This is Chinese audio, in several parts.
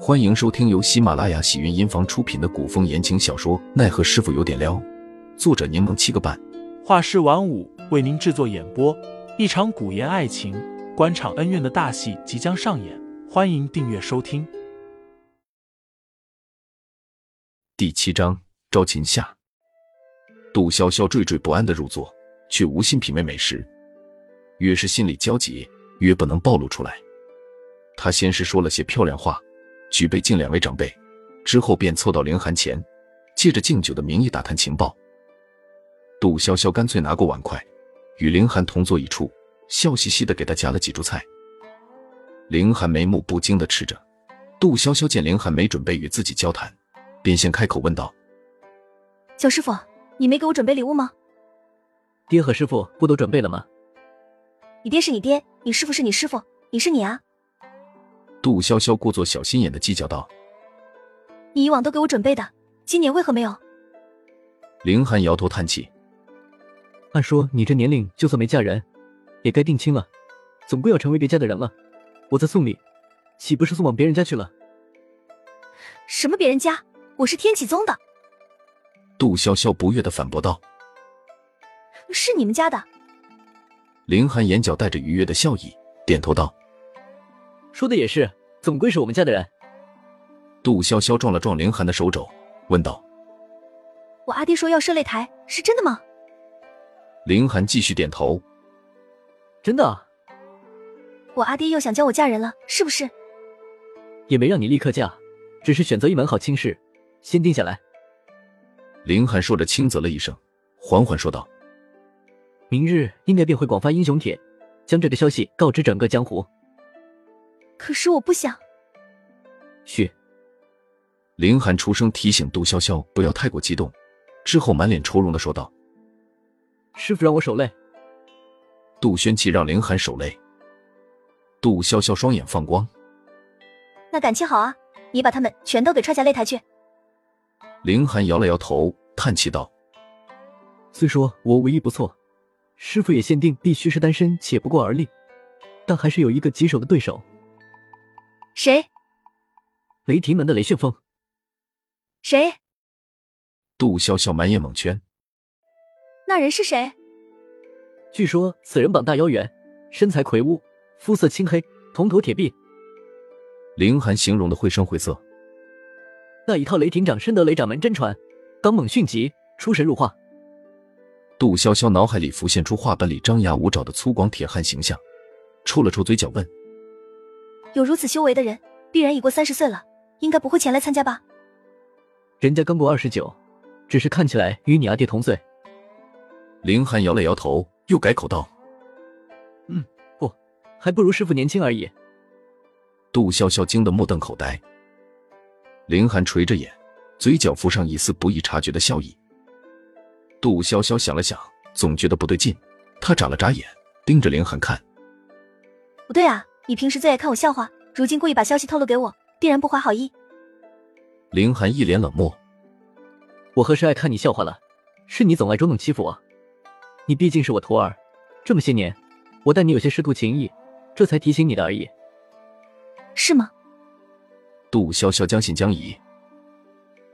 欢迎收听由喜马拉雅喜云音房出品的古风言情小说《奈何师傅有点撩》，作者柠檬七个半，画师晚舞为您制作演播。一场古言爱情、官场恩怨的大戏即将上演，欢迎订阅收听。第七章招秦下。杜潇潇惴惴不安的入座，却无心品味美食，越是心里焦急，越不能暴露出来。她先是说了些漂亮话，举杯敬两位长辈，之后便凑到凌寒前，借着敬酒的名义打探情报。杜潇潇干脆拿过碗筷，与凌寒同坐一处，笑嘻嘻的给他夹了几株菜。凌寒眉目不惊的吃着，杜潇潇见凌寒没准备与自己交谈，便先开口问道小师傅，你没给我准备礼物吗？爹和师傅不都准备了吗？你爹是你爹，你师傅是你师傅，你是你啊！：“杜潇潇故作小心眼的计较道。你以往都给我准备的，今年为何没有？”凌寒摇头叹气，按说你这年龄，就算没嫁人，也该定亲了，总归要成为别家的人了。我再送礼，岂不是送往别人家去了？什么别人家？我是天启宗的，杜潇潇不悦的反驳道。是你们家的。凌寒眼角带着愉悦的笑意，点头道。说的也是，总归是我们家的人。杜潇潇撞了撞凌寒的手肘，问道。我阿爹说要设擂台，是真的吗？凌寒继续点头。真的啊，我阿爹又想教我嫁人了，是不是？也没让你立刻嫁，只是选择一门好亲事，先定下来。凌寒说着轻啧了一声，缓缓说道明日应该便会广发英雄帖，将这个消息告知整个江湖。可是我不想。去，：“凌寒出声提醒杜潇潇不要太过激动。”之后满脸愁容的说道师傅让我守擂。：“杜宣气让凌寒守擂。”杜潇潇双眼放光。那感情好啊，你把他们全都给踹下擂台去。凌寒摇了摇头，叹气道虽说我武艺不错，师傅也限定必须是单身且不过而立，但还是有一个棘手的对手谁——雷霆门的雷旋风。谁？：“杜潇潇满眼蒙圈。那人是谁？据说此人膀大腰圆，身材魁梧，肤色青黑，铜头铁臂，”凌寒形容的绘声绘色。那一套雷霆掌深得雷掌门真传，刚猛迅疾，出神入化。杜潇潇脑海里浮现出画本里张牙舞爪的粗犷铁汉形象，抽了抽嘴角问有如此修为的人，必然已过三十岁了，应该不会前来参加吧？人家刚过二十九，只是看起来与你阿爹同岁。：“凌寒摇了摇头，又改口道。”还不如师傅年轻而已。杜潇潇惊得目瞪口呆。凌寒垂着眼，嘴角浮上一丝不易察觉的笑意。杜潇潇想了想，总觉得不对劲，她眨了眨眼，盯着凌寒看。不对啊，你平时最爱看我笑话，如今故意把消息透露给我，必然不怀好意。凌寒一脸冷漠。我何时爱看你笑话了？是你总爱捉弄欺负我。你毕竟是我徒儿，这么些年，我待你有些师徒情谊，这才提醒你的而已。是吗？杜潇潇将信将疑。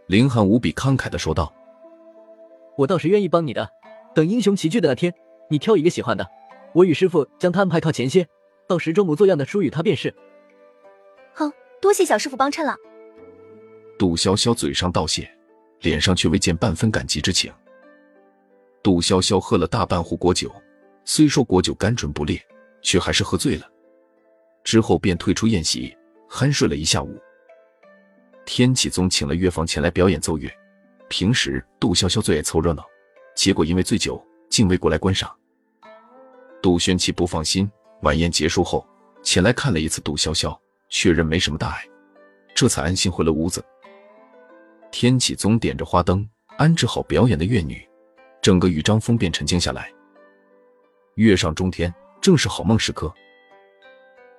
凌寒无比慷慨地说道我倒是愿意帮你的。等英雄齐聚的那天，你挑一个喜欢的，我与师傅将他安排靠前些，到时周模作样的输与他便是。多谢小师傅帮衬了。：“杜潇潇嘴上道谢，脸上却未见半分感激之情。”杜潇潇喝了大半壶果酒，虽说果酒甘醇不烈，却还是喝醉了。之后便退出宴席，酣睡了一下午。天启宗请了乐坊前来表演奏乐，平时杜潇潇最爱凑热闹，结果因为醉酒，竟未过来观赏。杜宣琪不放心，晚宴结束后前来看了一次杜潇潇，确认没什么大碍，这才安心回了屋子。天启宗点着花灯，安置好表演的乐女，整个豫章峰便沉静下来。月上中天，正是好梦时刻。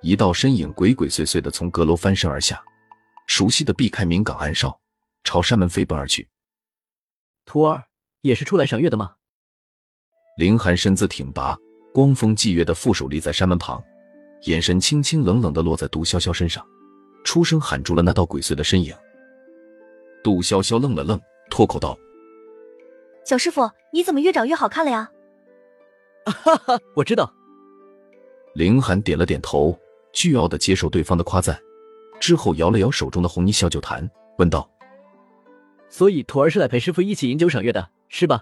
一道身影鬼鬼祟祟地从阁楼翻身而下，熟悉的避开明港岸哨，朝山门飞奔而去。徒儿也是出来赏月的吗？凌寒身姿挺拔，光风霁月的负手立在山门旁，眼神清清冷冷地落在杜潇潇身上，出声喊住了那道鬼祟的身影。杜潇潇愣了愣，脱口道小师傅，你怎么越长越好看了呀？我知道，：“凌寒点了点头，倨傲的接受对方的夸赞，之后摇了摇手中的红泥小酒坛，问道所以徒儿是来陪师傅一起饮酒赏月的，是吧？